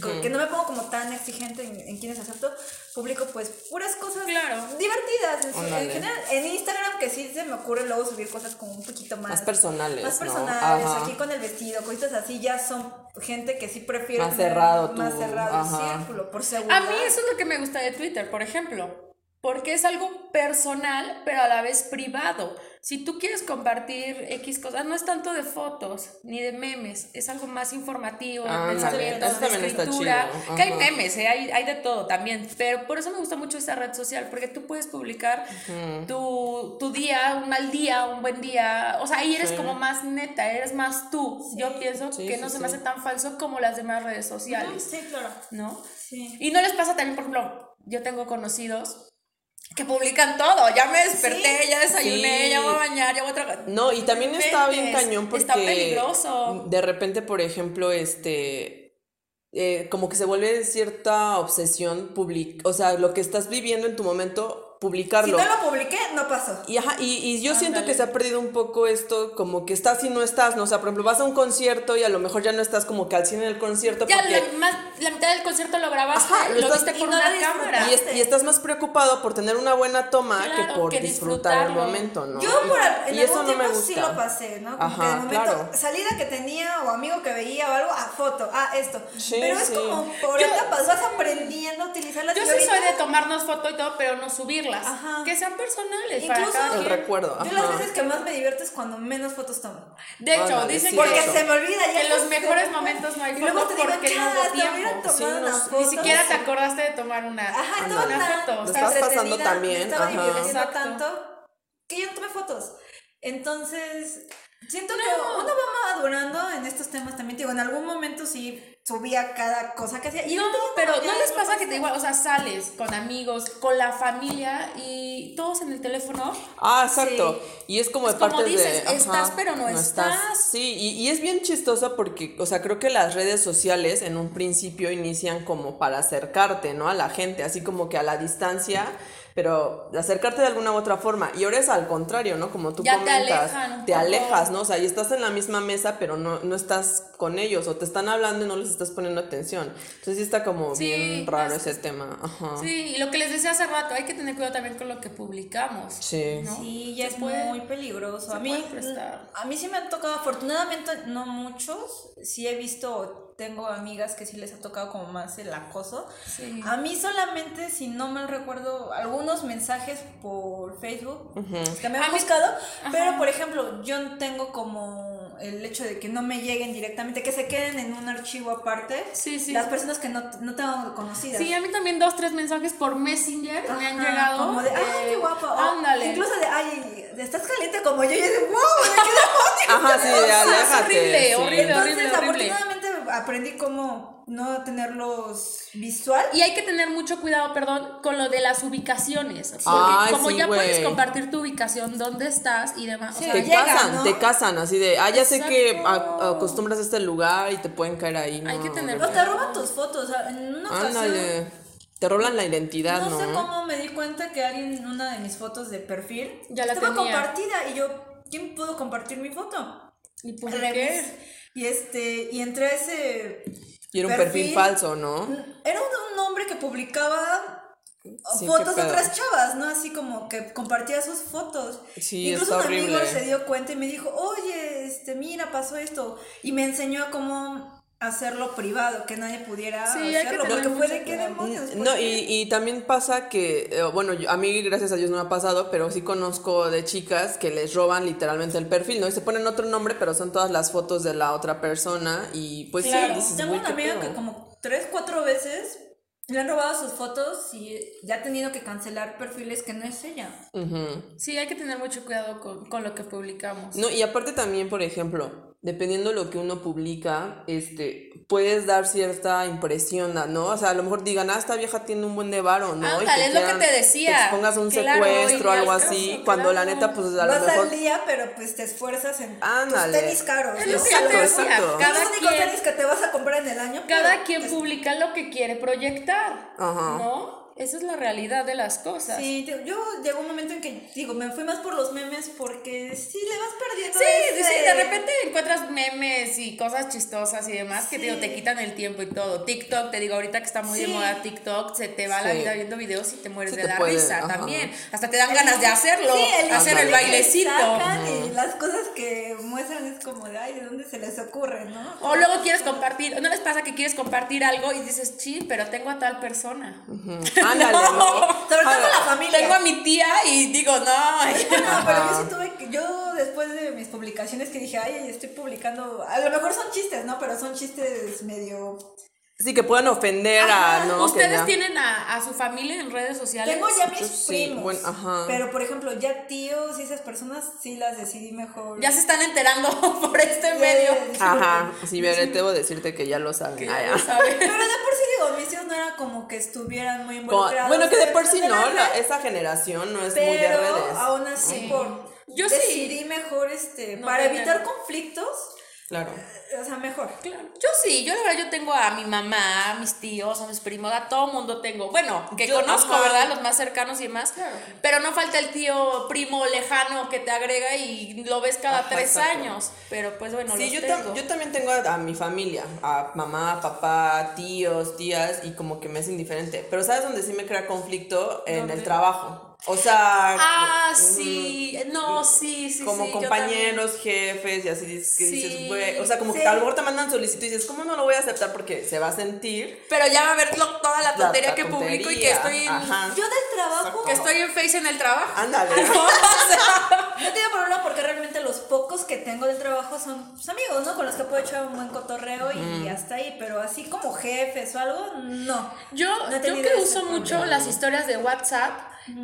[SPEAKER 2] con- que no me pongo como tan exigente en, en quienes acepto, publico pues puras cosas
[SPEAKER 3] Claro.
[SPEAKER 2] divertidas en, su- en
[SPEAKER 1] Ándale.
[SPEAKER 2] general. En Instagram que sí se me ocurre luego subir cosas como un poquito más...
[SPEAKER 1] Más personales,
[SPEAKER 2] Más
[SPEAKER 1] ¿no?
[SPEAKER 2] personales,
[SPEAKER 1] Ajá.
[SPEAKER 2] aquí con el vestido, cositas así, ya son gente que sí prefiere prefiero
[SPEAKER 1] Más
[SPEAKER 2] tener
[SPEAKER 1] cerrado
[SPEAKER 2] más
[SPEAKER 1] tu-
[SPEAKER 2] cerrado
[SPEAKER 1] ajá.
[SPEAKER 2] el círculo por seguridad
[SPEAKER 3] A mí eso es lo que me gusta de Twitter, por ejemplo, porque es algo personal, pero a la vez privado. Si tú quieres compartir X cosas, no es tanto de fotos ni de memes, es algo más informativo, de
[SPEAKER 1] Ándale,
[SPEAKER 3] pensamientos,
[SPEAKER 1] eso
[SPEAKER 3] de
[SPEAKER 1] Ah, también está
[SPEAKER 3] escritura.
[SPEAKER 1] chido,
[SPEAKER 3] Que hay
[SPEAKER 1] ajá.
[SPEAKER 3] memes, ¿eh? hay, hay de todo también, pero por eso me gusta mucho esta red social, porque tú puedes publicar tu, tu día, un mal día, un buen día, o sea, ahí eres
[SPEAKER 1] Sí.
[SPEAKER 3] como más neta, eres más tú. Yo pienso
[SPEAKER 1] Sí,
[SPEAKER 3] que
[SPEAKER 1] sí,
[SPEAKER 3] no se
[SPEAKER 1] sí.
[SPEAKER 3] me hace tan falso como las demás redes sociales,
[SPEAKER 2] sí claro
[SPEAKER 3] ¿no?
[SPEAKER 2] sí
[SPEAKER 3] Y no les pasa también, por ejemplo, yo tengo conocidos que publican todo. Ya me desperté, ya desayuné,
[SPEAKER 1] Sí.
[SPEAKER 3] ya voy a bañar, ya voy a trabajar.
[SPEAKER 1] No, y también
[SPEAKER 3] No
[SPEAKER 1] está bien
[SPEAKER 3] inventes,
[SPEAKER 1] cañón porque
[SPEAKER 3] está peligroso.
[SPEAKER 1] de repente, por ejemplo, este eh, como que se vuelve cierta obsesión public, o sea, lo que estás viviendo en tu momento,
[SPEAKER 2] si
[SPEAKER 1] publicarlo.
[SPEAKER 2] no lo publiqué no pasó
[SPEAKER 1] Y, ajá, y, y yo siento
[SPEAKER 3] Ándale.
[SPEAKER 1] que se ha perdido un poco esto, como que estás y no estás, ¿no? O sea, por ejemplo, vas a un concierto y a lo mejor ya no estás como que al cine en el concierto
[SPEAKER 3] Ya
[SPEAKER 1] porque...
[SPEAKER 3] la, más, la mitad del concierto lo grabaste,
[SPEAKER 1] Ajá, lo
[SPEAKER 3] lo,
[SPEAKER 1] estás-
[SPEAKER 3] viste
[SPEAKER 2] y
[SPEAKER 3] por
[SPEAKER 2] no
[SPEAKER 3] una
[SPEAKER 2] la disfrutaste.
[SPEAKER 3] cámara.
[SPEAKER 1] Y, es- y estás más preocupado por tener una buena toma
[SPEAKER 3] Claro,
[SPEAKER 1] que por
[SPEAKER 3] que
[SPEAKER 1] disfrutar el
[SPEAKER 3] disfrutarlo.
[SPEAKER 1] momento, ¿no?
[SPEAKER 2] yo
[SPEAKER 1] Y-
[SPEAKER 2] por al- en
[SPEAKER 1] y
[SPEAKER 2] algún
[SPEAKER 1] eso no
[SPEAKER 2] tiempo
[SPEAKER 1] me
[SPEAKER 2] sí
[SPEAKER 1] gusta.
[SPEAKER 2] lo pasé no como que
[SPEAKER 1] Ajá,
[SPEAKER 2] de momento
[SPEAKER 1] claro.
[SPEAKER 2] salida que tenía o amigo que veía o algo a foto ah esto
[SPEAKER 1] Sí,
[SPEAKER 2] pero es
[SPEAKER 1] sí.
[SPEAKER 2] como por
[SPEAKER 3] Yo-
[SPEAKER 2] etapas vas aprendiendo a utilizarlas
[SPEAKER 3] Yo
[SPEAKER 2] y
[SPEAKER 3] sí
[SPEAKER 2] ahorita-
[SPEAKER 3] soy de tomarnos foto y todo, pero no subirlas.
[SPEAKER 2] Ajá.
[SPEAKER 3] Que sean personales para
[SPEAKER 2] Incluso
[SPEAKER 3] cada
[SPEAKER 1] El
[SPEAKER 3] quien.
[SPEAKER 1] recuerdo,
[SPEAKER 2] yo
[SPEAKER 1] ajá.
[SPEAKER 2] las veces que más me divierto es cuando menos fotos tomo
[SPEAKER 3] De hecho,
[SPEAKER 1] Ándale,
[SPEAKER 3] dicen
[SPEAKER 1] sí,
[SPEAKER 3] que,
[SPEAKER 2] porque
[SPEAKER 1] eso.
[SPEAKER 2] se me olvida ya
[SPEAKER 3] que en los
[SPEAKER 2] se-
[SPEAKER 3] mejores momentos no hay
[SPEAKER 2] y luego
[SPEAKER 3] fotos
[SPEAKER 2] te digo
[SPEAKER 3] porque no hubo
[SPEAKER 2] "Chas, te hubiera
[SPEAKER 3] tiempo.
[SPEAKER 1] Sí,
[SPEAKER 2] tomado
[SPEAKER 1] no
[SPEAKER 2] una
[SPEAKER 1] sé.
[SPEAKER 2] foto
[SPEAKER 3] Ni siquiera te acordaste de tomar una,
[SPEAKER 2] Ajá,
[SPEAKER 1] Ándale.
[SPEAKER 2] estaba
[SPEAKER 3] una
[SPEAKER 2] tan-
[SPEAKER 3] foto. o
[SPEAKER 1] Lo
[SPEAKER 3] sea,
[SPEAKER 1] estás
[SPEAKER 2] entretenida,
[SPEAKER 1] pasando
[SPEAKER 2] me
[SPEAKER 1] también,
[SPEAKER 2] Estaba
[SPEAKER 1] ajá.
[SPEAKER 2] divirtiendo
[SPEAKER 3] Exacto.
[SPEAKER 2] tanto que yo no tomé fotos. Entonces, siento
[SPEAKER 3] No.
[SPEAKER 2] que uno va madurando en estos temas también. Te Digo, en algún momento sí subía cada cosa que hacía. Y
[SPEAKER 3] No,
[SPEAKER 2] ahorita ya
[SPEAKER 3] pero
[SPEAKER 2] ya
[SPEAKER 3] ¿no les pasa que
[SPEAKER 2] pasa.
[SPEAKER 3] te igual, o sea, sales con amigos, con la familia y todos en el teléfono?
[SPEAKER 1] Ah, exacto. Y es como
[SPEAKER 3] Es
[SPEAKER 1] de
[SPEAKER 3] como
[SPEAKER 1] parte de.
[SPEAKER 3] dices, estás, pero no estás.
[SPEAKER 1] Sí, y, y es bien chistoso porque, o sea, creo que las redes sociales en un principio inician como para acercarte, ¿no? A la gente, así como que a la distancia, pero acercarte de alguna u otra forma. Y ahora es al contrario, ¿no? Como tú
[SPEAKER 3] Ya te
[SPEAKER 1] comentas.
[SPEAKER 3] alejan un
[SPEAKER 1] te
[SPEAKER 3] poco.
[SPEAKER 1] alejas, ¿no? O sea, y estás en la misma mesa, pero no, no estás con ellos, o te están hablando y no les estás poniendo atención. Entonces sí está como
[SPEAKER 3] Sí,
[SPEAKER 1] bien raro
[SPEAKER 3] es-
[SPEAKER 1] ese tema. Ajá.
[SPEAKER 3] Sí, y lo que les decía hace rato, hay que tener cuidado también con lo que publicamos.
[SPEAKER 1] Sí.
[SPEAKER 3] ¿no?
[SPEAKER 2] Sí, ya
[SPEAKER 3] Se
[SPEAKER 2] es
[SPEAKER 3] puede.
[SPEAKER 2] muy peligroso. A
[SPEAKER 3] se
[SPEAKER 2] mí,
[SPEAKER 3] puede prestar.
[SPEAKER 2] a mí sí me han tocado, afortunadamente no muchos. Sí he visto, tengo amigas que sí les ha tocado como más el acoso.
[SPEAKER 3] Sí.
[SPEAKER 2] A mí solamente, si no mal recuerdo, algunos mensajes por Facebook que me
[SPEAKER 3] A
[SPEAKER 2] han
[SPEAKER 3] mí-
[SPEAKER 2] buscado. Pero, por ejemplo, yo no tengo como el hecho de que no me lleguen directamente, que se queden en un archivo aparte.
[SPEAKER 3] Sí, sí.
[SPEAKER 2] Las personas que no, no tengo conocidas.
[SPEAKER 3] Sí, a mí también dos, tres mensajes por Messenger me han
[SPEAKER 2] Ajá,
[SPEAKER 3] llegado.
[SPEAKER 2] Como de, ay, qué
[SPEAKER 3] eh,
[SPEAKER 2] guapo. o
[SPEAKER 3] Ándale.
[SPEAKER 2] Incluso de, ay, estás caliente como yo. Y yo de, wow, me quedé bonito".
[SPEAKER 1] Ajá, sí, aléjate.
[SPEAKER 3] horrible,
[SPEAKER 1] sí.
[SPEAKER 3] horrible.
[SPEAKER 2] Entonces,
[SPEAKER 3] horrible.
[SPEAKER 2] afortunadamente aprendí cómo no tenerlos visual.
[SPEAKER 3] Y hay que tener mucho cuidado, perdón, con lo de las ubicaciones. Porque
[SPEAKER 1] Ay,
[SPEAKER 3] como
[SPEAKER 1] sí,
[SPEAKER 3] ya puedes
[SPEAKER 1] güey.
[SPEAKER 3] compartir tu ubicación, dónde estás y demás. o
[SPEAKER 2] Sí,
[SPEAKER 3] sea,
[SPEAKER 1] Te
[SPEAKER 2] llega,
[SPEAKER 1] casan,
[SPEAKER 2] ¿no?
[SPEAKER 1] te casan, así de, ah, ya sé que
[SPEAKER 3] Exacto.
[SPEAKER 1] a- acostumbras a este lugar y te pueden caer ahí.
[SPEAKER 3] Hay
[SPEAKER 1] no,
[SPEAKER 3] que tener-
[SPEAKER 2] O te roban tus fotos. o sea, En una ocasión.
[SPEAKER 1] Ándale. Te roban la identidad,
[SPEAKER 2] No,
[SPEAKER 1] ¿no?
[SPEAKER 2] sé cómo me di cuenta que alguien en una de mis fotos de perfil
[SPEAKER 3] Ya la
[SPEAKER 2] estaba
[SPEAKER 3] tenía.
[SPEAKER 2] compartida y yo, ¿quién pudo compartir mi foto?
[SPEAKER 3] ¿Y por
[SPEAKER 2] Revis-
[SPEAKER 3] Pues, qué?
[SPEAKER 2] Y este, y entré a ese
[SPEAKER 1] Y era un perfil, falso, ¿no?
[SPEAKER 2] Era un, un hombre que publicaba
[SPEAKER 1] Sí,
[SPEAKER 2] fotos
[SPEAKER 1] qué
[SPEAKER 2] de
[SPEAKER 1] pedo.
[SPEAKER 2] otras chavas, ¿no? Así como que compartía sus fotos.
[SPEAKER 1] Sí,
[SPEAKER 2] Incluso
[SPEAKER 1] está
[SPEAKER 2] un amigo
[SPEAKER 1] horrible.
[SPEAKER 2] se dio cuenta y me dijo, oye, este, mira, pasó esto. Y me enseñó cómo hacerlo privado, que nadie pudiera
[SPEAKER 3] Sí, hay que
[SPEAKER 2] hacerlo,
[SPEAKER 3] tener
[SPEAKER 2] porque
[SPEAKER 3] mucho
[SPEAKER 2] puede que
[SPEAKER 3] cuidado.
[SPEAKER 2] demonios.
[SPEAKER 1] No,
[SPEAKER 2] pues, Porque-
[SPEAKER 1] y, y también pasa que, eh, bueno, yo- a mí gracias a Dios no me ha pasado, pero sí conozco de chicas que les roban literalmente el perfil, ¿no? Y se ponen otro nombre, pero son todas las fotos de la otra persona y pues
[SPEAKER 2] Claro,
[SPEAKER 1] sí, dices,
[SPEAKER 2] tengo
[SPEAKER 1] "Güey,
[SPEAKER 2] una
[SPEAKER 1] qué
[SPEAKER 2] amiga
[SPEAKER 1] pedo".
[SPEAKER 2] que como tres, cuatro veces le han robado sus fotos y ya ha tenido que cancelar perfiles que no es ella.
[SPEAKER 1] Ujú.
[SPEAKER 3] Sí, hay que tener mucho cuidado con, con lo que publicamos.
[SPEAKER 1] No, y aparte también, por ejemplo, dependiendo de lo que uno publica, este, puedes dar cierta impresión, ¿no? O sea, a lo mejor digan, ah, esta vieja tiene un buen de varo, ¿no? Y
[SPEAKER 3] Ándale, es lo que
[SPEAKER 1] quieran-
[SPEAKER 3] te decía.
[SPEAKER 1] Que expongas un
[SPEAKER 3] Claro,
[SPEAKER 1] secuestro,
[SPEAKER 3] y
[SPEAKER 1] algo
[SPEAKER 3] al caso,
[SPEAKER 1] así, cuando la
[SPEAKER 3] claro.
[SPEAKER 1] neta, pues a lo
[SPEAKER 4] Vas
[SPEAKER 1] mejor...
[SPEAKER 4] al día, pero pues te esfuerzas en
[SPEAKER 1] Ándale.
[SPEAKER 4] tus tenis caros.
[SPEAKER 3] Es
[SPEAKER 4] ¿no?
[SPEAKER 3] lo que yo te
[SPEAKER 1] Exacto,
[SPEAKER 3] decía,
[SPEAKER 1] exacto.
[SPEAKER 4] Son los
[SPEAKER 3] Cada
[SPEAKER 4] únicos
[SPEAKER 3] quien,
[SPEAKER 4] tenis que te vas a comprar en el año.
[SPEAKER 3] cada
[SPEAKER 4] pero,
[SPEAKER 3] quien
[SPEAKER 4] pues,
[SPEAKER 3] publica lo que quiere proyectar,
[SPEAKER 1] Ajá.
[SPEAKER 3] ¿no? Esa es la realidad de las cosas.
[SPEAKER 2] Sí, te- yo llegó un momento en que digo, me fui más por los memes porque sí le vas perdiendo.
[SPEAKER 3] Sí,
[SPEAKER 2] ese-
[SPEAKER 3] sí, de repente encuentras memes y cosas chistosas y demás que te, digo,
[SPEAKER 2] Sí.
[SPEAKER 3] te quitan el tiempo y todo. TikTok, te digo, ahorita que está muy de
[SPEAKER 2] Sí.
[SPEAKER 3] moda TikTok, se te va la
[SPEAKER 1] Sí.
[SPEAKER 3] vida viendo videos y te mueres
[SPEAKER 1] Sí
[SPEAKER 3] de
[SPEAKER 1] te
[SPEAKER 3] la
[SPEAKER 1] puede,
[SPEAKER 3] risa
[SPEAKER 1] ajá.
[SPEAKER 3] también. Hasta te dan ganas de hacerlo,
[SPEAKER 2] Sí, el
[SPEAKER 3] hacer
[SPEAKER 2] videoclip
[SPEAKER 3] el
[SPEAKER 2] que
[SPEAKER 3] bailecito.
[SPEAKER 2] sacan Y las cosas que muestran es como de, ay, ¿de dónde se les ocurre, no?
[SPEAKER 3] O luego quieres compartir, ¿no les pasa que quieres compartir algo y dices, sí, pero tengo a tal persona?
[SPEAKER 1] Ándale, ¿no?
[SPEAKER 2] Sobre todo
[SPEAKER 1] Ahora,
[SPEAKER 2] con la familia.
[SPEAKER 3] Tengo a mi tía y digo, no.
[SPEAKER 2] No, pero yo sí tuve que, yo después de mis publicaciones que dije, ay, estoy publicando, a lo mejor son chistes, ¿no? Pero son chistes medio...
[SPEAKER 1] Sí, que pueden ofender a...
[SPEAKER 2] Ajá,
[SPEAKER 1] Ah, ¿no? Que
[SPEAKER 3] ¿Ustedes
[SPEAKER 1] ya-
[SPEAKER 3] tienen a, a su familia en redes sociales?
[SPEAKER 2] Tengo ya mis
[SPEAKER 1] Yo sí,
[SPEAKER 2] primos,
[SPEAKER 1] bueno, ajá.
[SPEAKER 2] pero por ejemplo, ya tíos y esas personas sí las decidí mejor.
[SPEAKER 3] Ya se están enterando por este
[SPEAKER 2] Ya-
[SPEAKER 3] medio.
[SPEAKER 1] Ajá, sí, veré, debo decirte que ya lo saben.
[SPEAKER 3] Que
[SPEAKER 1] Ah,
[SPEAKER 3] ya
[SPEAKER 1] ya.
[SPEAKER 3] lo saben.
[SPEAKER 2] Pero de por sí digo, mis tíos no era como que estuvieran muy
[SPEAKER 1] Como-
[SPEAKER 2] involucrados.
[SPEAKER 1] bueno, que de por
[SPEAKER 2] en
[SPEAKER 1] sí
[SPEAKER 2] la
[SPEAKER 1] no,
[SPEAKER 2] red,
[SPEAKER 1] la- esa generación no es muy de
[SPEAKER 2] pero
[SPEAKER 1] redes.
[SPEAKER 2] aún así por...
[SPEAKER 3] Yo sí.
[SPEAKER 2] decidí mejor, este,
[SPEAKER 3] No
[SPEAKER 2] para
[SPEAKER 3] tener-
[SPEAKER 2] evitar conflictos,
[SPEAKER 1] Claro.
[SPEAKER 2] o sea, mejor.
[SPEAKER 3] Claro. Yo sí, yo la verdad yo tengo a mi mamá, a mis tíos, a mis primos, a todo mundo tengo. Bueno, que
[SPEAKER 1] Yo-
[SPEAKER 3] conozco,
[SPEAKER 1] ajá.
[SPEAKER 3] ¿verdad? Los más cercanos y demás. Pero no falta el tío primo lejano que te agrega y lo ves cada
[SPEAKER 1] Ajá,
[SPEAKER 3] tres
[SPEAKER 1] exacto.
[SPEAKER 3] años. Pero pues bueno,
[SPEAKER 1] Sí,
[SPEAKER 3] los
[SPEAKER 1] yo, tam-
[SPEAKER 3] tengo.
[SPEAKER 1] yo también tengo a, a mi familia, a mamá, papá, tíos, tías, y como que me es indiferente. Pero ¿sabes dónde sí me crea conflicto? En el trabajo. O sea,
[SPEAKER 3] Ah,
[SPEAKER 1] mm,
[SPEAKER 3] sí. No, sí, sí.
[SPEAKER 1] como
[SPEAKER 3] sí, yo
[SPEAKER 1] compañeros, jefes, y así dices- que
[SPEAKER 3] Sí.
[SPEAKER 1] dices, güey, o sea, como que a lo mejor te mandan solicitud y dices, ¿cómo no lo voy a aceptar? Porque se va a sentir.
[SPEAKER 3] también. Pero ya va a ver lo- toda la
[SPEAKER 1] la-
[SPEAKER 3] tontería
[SPEAKER 1] la
[SPEAKER 3] que publico y
[SPEAKER 1] tontería.
[SPEAKER 3] que estoy en,
[SPEAKER 1] Ajá.
[SPEAKER 2] Yo del trabajo...
[SPEAKER 3] que estoy en Face en el trabajo.
[SPEAKER 1] Ándale.
[SPEAKER 2] No tengo problema porque realmente los pocos que tengo del trabajo son pues, amigos, ¿no? Con los que puedo echar un buen cotorreo y
[SPEAKER 1] Mm.
[SPEAKER 2] hasta ahí, pero así como jefes o algo, no.
[SPEAKER 3] Yo,
[SPEAKER 2] No he
[SPEAKER 3] yo
[SPEAKER 2] tenido
[SPEAKER 3] que
[SPEAKER 2] ese
[SPEAKER 3] uso
[SPEAKER 2] problema.
[SPEAKER 3] mucho las historias de WhatsApp,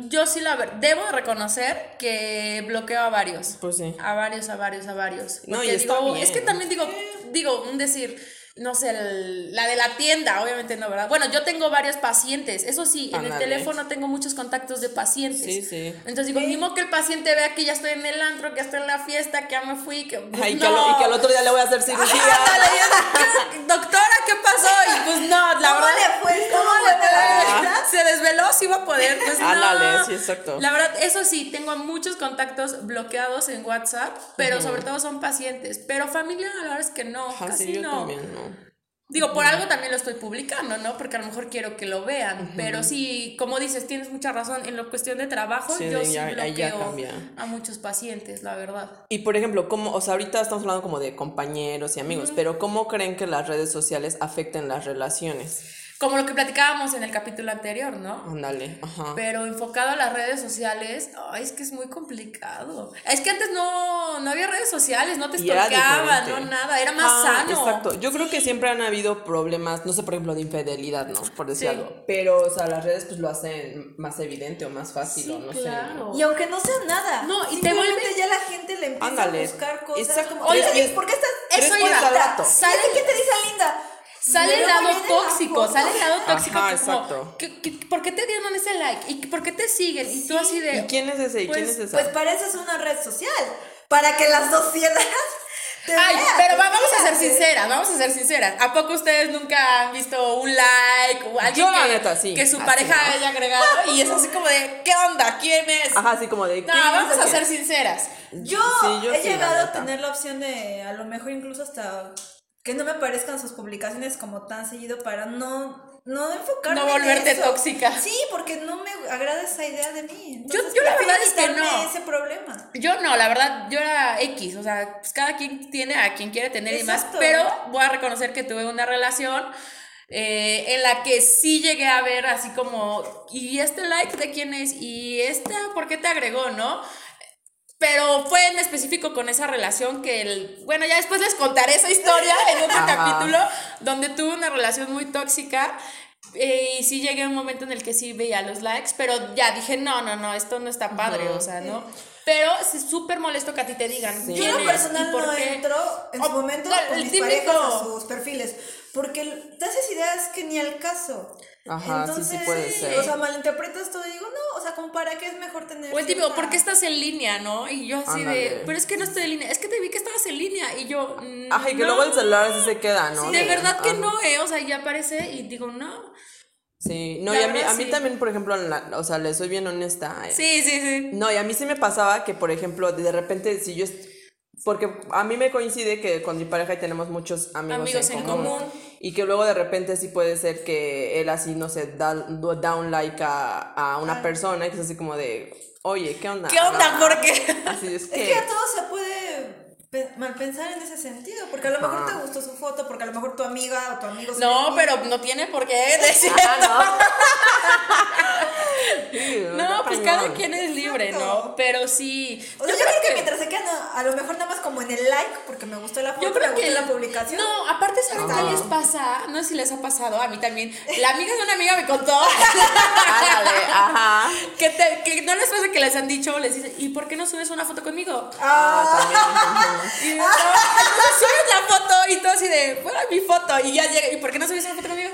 [SPEAKER 3] yo sí la ver, debo de reconocer que bloqueo a varios.
[SPEAKER 1] Pues sí.
[SPEAKER 3] A varios, a varios, a varios.
[SPEAKER 1] No,
[SPEAKER 3] Porque
[SPEAKER 1] y está
[SPEAKER 3] digo,
[SPEAKER 1] bien.
[SPEAKER 3] es que también digo, digo, un decir, no sé, el- la de la tienda, obviamente no, ¿verdad? Bueno, yo tengo varios pacientes, eso sí, en el
[SPEAKER 1] Ándale.
[SPEAKER 3] teléfono tengo muchos contactos de pacientes.
[SPEAKER 1] Sí, sí.
[SPEAKER 3] Entonces digo, mismo que el paciente vea que ya estoy en el antro, que ya estoy en la fiesta, que ya me fui, que... pues
[SPEAKER 1] Ay, que al- y que al otro día le voy a hacer cirugía.
[SPEAKER 3] Ándale, yo, ¿qué- Doctora, ¿qué pasó? Y pues no, la
[SPEAKER 2] ¿Cómo
[SPEAKER 3] verdad.
[SPEAKER 2] le fue?
[SPEAKER 3] ¿Cómo le fue?
[SPEAKER 2] Ah.
[SPEAKER 3] Se desveló, si iba a poder. Pues no.
[SPEAKER 1] Ándale, sí, exacto.
[SPEAKER 3] La verdad, eso sí, tengo a muchos contactos bloqueados en WhatsApp, pero sobre todo son pacientes. Pero familia, la verdad es que no,
[SPEAKER 1] Ajá,
[SPEAKER 3] casi
[SPEAKER 1] sí, yo
[SPEAKER 3] no.
[SPEAKER 1] también, ¿no?
[SPEAKER 3] Digo, por algo también lo estoy publicando, ¿no? Porque a lo mejor quiero que lo vean. Pero sí, como dices, tienes mucha razón. En la cuestión de trabajo,
[SPEAKER 1] Sí,
[SPEAKER 3] yo
[SPEAKER 1] de-
[SPEAKER 3] sí
[SPEAKER 1] ya-
[SPEAKER 3] bloqueo
[SPEAKER 1] ahí ya cambia.
[SPEAKER 3] a muchos pacientes, la verdad.
[SPEAKER 1] Y por ejemplo, ¿cómo, o sea, ahorita estamos hablando como de compañeros y amigos, pero ¿cómo creen que las redes sociales afecten las relaciones?
[SPEAKER 3] Como lo que platicábamos en el capítulo anterior, ¿no?
[SPEAKER 1] Ándale, ajá.
[SPEAKER 3] Pero enfocado a las redes sociales, ay, es que es muy complicado. Es que antes no, no había redes sociales, no te
[SPEAKER 1] Y era
[SPEAKER 3] estocaban, no
[SPEAKER 1] diferente.
[SPEAKER 3] nada, era más
[SPEAKER 1] Ah,
[SPEAKER 3] sano.
[SPEAKER 1] Exacto. Yo creo que siempre han habido problemas, no sé, por ejemplo, de infidelidad, ¿no? Por decir
[SPEAKER 3] Sí.
[SPEAKER 1] algo. Pero, o sea, las redes pues lo hacen más evidente o más fácil
[SPEAKER 3] Sí,
[SPEAKER 1] o no sé.
[SPEAKER 3] claro.
[SPEAKER 1] ¿no?
[SPEAKER 2] Y aunque no sea nada,
[SPEAKER 3] No, y te
[SPEAKER 2] simplemente
[SPEAKER 3] vuelve-
[SPEAKER 2] ya la gente le empieza
[SPEAKER 1] Ándale.
[SPEAKER 2] a buscar cosas
[SPEAKER 1] Exacto.
[SPEAKER 2] como,
[SPEAKER 1] Oye,
[SPEAKER 2] oye,
[SPEAKER 1] y-
[SPEAKER 2] ¿por qué estás...?
[SPEAKER 1] Tres
[SPEAKER 3] Eso
[SPEAKER 1] veces
[SPEAKER 3] iba.
[SPEAKER 1] al rato.
[SPEAKER 3] Sale-
[SPEAKER 2] ¿Qué te dice linda?
[SPEAKER 3] Sale el
[SPEAKER 2] Luego
[SPEAKER 3] lado
[SPEAKER 2] viene la
[SPEAKER 3] tóxico,
[SPEAKER 2] foto.
[SPEAKER 3] sale el lado tóxico
[SPEAKER 1] Ajá,
[SPEAKER 3] que como,
[SPEAKER 1] exacto.
[SPEAKER 3] ¿qué- qué- por qué te dieron ese like? ¿Y por qué te siguen? Y tú así de...
[SPEAKER 1] ¿Y quién es ese? ¿Y quién es esa?
[SPEAKER 2] Pues para eso es una red social, para que la sociedad te
[SPEAKER 3] Ay,
[SPEAKER 2] vea,
[SPEAKER 3] pero
[SPEAKER 2] te
[SPEAKER 3] va- vamos a ser
[SPEAKER 2] fíjate.
[SPEAKER 3] sinceras, vamos a ser sinceras. ¿A poco ustedes nunca han visto un like o alguien
[SPEAKER 1] Yo, la
[SPEAKER 3] que,
[SPEAKER 1] neta, sí.
[SPEAKER 3] que su
[SPEAKER 1] Así,
[SPEAKER 3] pareja
[SPEAKER 1] ¿no?
[SPEAKER 3] haya agregado y es así como de, ¿qué onda? ¿Quién es?
[SPEAKER 1] ajá, así como de.
[SPEAKER 3] pues, no,
[SPEAKER 1] ¿quién es
[SPEAKER 3] vamos a
[SPEAKER 1] ese?
[SPEAKER 3] ser sinceras.
[SPEAKER 2] Yo,
[SPEAKER 1] Sí, yo
[SPEAKER 2] he
[SPEAKER 1] sí, la
[SPEAKER 2] llegado a
[SPEAKER 1] neta.
[SPEAKER 2] tener la opción de, a lo mejor incluso hasta que no me aparezcan sus publicaciones como tan seguido para no no enfocarme
[SPEAKER 3] No volverte
[SPEAKER 2] en eso.
[SPEAKER 3] tóxica.
[SPEAKER 2] Sí, porque no me agrada esa idea de mí.
[SPEAKER 3] Yo-
[SPEAKER 2] Entonces,
[SPEAKER 3] yo la
[SPEAKER 2] prefiero
[SPEAKER 3] verdad es que
[SPEAKER 2] evitarme
[SPEAKER 3] no.
[SPEAKER 2] ese problema.
[SPEAKER 3] Yo no, la verdad, yo era X, o sea, pues cada quien tiene a quien quiere tener y más,
[SPEAKER 2] Exacto.
[SPEAKER 3] pero voy a reconocer que tuve una relación eh, en la que sí llegué a ver así como, ¿y este like de quién es? ¿Y esta por qué te agregó, no? Pero fue en específico con esa relación que el. Bueno, ya después les contaré esa historia en otro
[SPEAKER 1] Ajá.
[SPEAKER 3] capítulo, donde tuve una relación muy tóxica. eh, y sí llegué a un momento en el que sí veía los likes, pero ya dije, no, no, no, esto no está padre,
[SPEAKER 1] Ujú.
[SPEAKER 3] o sea, ¿no? Pero es súper molesto que a ti te digan.
[SPEAKER 1] Sí.
[SPEAKER 3] quién
[SPEAKER 2] Yo en lo
[SPEAKER 3] es
[SPEAKER 2] personal
[SPEAKER 3] y por
[SPEAKER 2] no
[SPEAKER 3] qué.
[SPEAKER 2] entro en su
[SPEAKER 3] O-
[SPEAKER 2] momento
[SPEAKER 3] no,
[SPEAKER 2] con
[SPEAKER 3] el
[SPEAKER 2] mis
[SPEAKER 3] típico-
[SPEAKER 2] parejas a sus perfiles, porque te haces ideas que ni al caso.
[SPEAKER 1] Ajá, sí, sí puede ser.
[SPEAKER 2] O sea, malinterpretas todo y digo, no, o sea, como para qué es mejor tener.
[SPEAKER 3] O el típico,
[SPEAKER 2] cierta-
[SPEAKER 3] ¿por qué estás en línea, no? Y yo así de,
[SPEAKER 1] Ándale.
[SPEAKER 3] pero es que no estoy en línea, es que te vi que estabas en línea. Y yo, mm,
[SPEAKER 1] Ajá, y que
[SPEAKER 3] no.
[SPEAKER 1] luego el celular así se queda, ¿no?
[SPEAKER 3] De verdad que
[SPEAKER 1] Ajá.
[SPEAKER 3] no, eh, o sea, ya aparece y digo, no.
[SPEAKER 1] Sí, no,
[SPEAKER 3] La
[SPEAKER 1] y a mí,
[SPEAKER 3] verdad,
[SPEAKER 1] a mí
[SPEAKER 3] sí.
[SPEAKER 1] también, por ejemplo, en la- o sea, le soy bien honesta. eh.
[SPEAKER 3] Sí, sí, sí.
[SPEAKER 1] No, y a mí sí me pasaba que, por ejemplo, de repente, si yo. est- Porque a mí me coincide que con mi pareja tenemos muchos amigos,
[SPEAKER 3] Amigos en común.
[SPEAKER 1] Y que luego de repente sí puede ser que él así, no sé, da, da un like a, a una persona y que es así como de, oye, ¿qué onda?
[SPEAKER 3] Ah. ¿Qué onda?
[SPEAKER 1] No,
[SPEAKER 3] ¿Por qué?
[SPEAKER 1] Así es
[SPEAKER 2] Es
[SPEAKER 1] que.
[SPEAKER 2] que a todos se puede pe- mal pensar en ese sentido, porque a lo mejor
[SPEAKER 1] Ah.
[SPEAKER 2] te gustó su foto, porque a lo mejor tu amiga o tu amigo. se
[SPEAKER 3] No,
[SPEAKER 2] ve bien.
[SPEAKER 3] pero no tiene por qué decir.
[SPEAKER 1] Ah, no. Sí,
[SPEAKER 3] No,
[SPEAKER 1] está
[SPEAKER 3] pues
[SPEAKER 1] cañón.
[SPEAKER 3] cada quien es libre,
[SPEAKER 2] Exacto.
[SPEAKER 3] ¿no? Pero sí.
[SPEAKER 2] O sea, yo, creo que, mientras se quedan a, a lo mejor nada más como en el like, porque me gustó la foto,
[SPEAKER 3] Yo creo
[SPEAKER 2] me
[SPEAKER 3] que
[SPEAKER 2] gustó la publicación.
[SPEAKER 3] No, aparte saben qué
[SPEAKER 1] No.
[SPEAKER 3] les pasa, no sé si les ha pasado, a mí también. La amiga de una amiga me contó
[SPEAKER 1] Ándale, ajá.
[SPEAKER 3] que, te- que no les pasa que les han dicho, les dicen, ¿y por qué no subes una foto conmigo?
[SPEAKER 1] Ah, también, ajá.
[SPEAKER 3] Y no, no subes la foto y todo así de, bueno, mi foto. Y ya llega, ¿y por qué no subes una foto conmigo?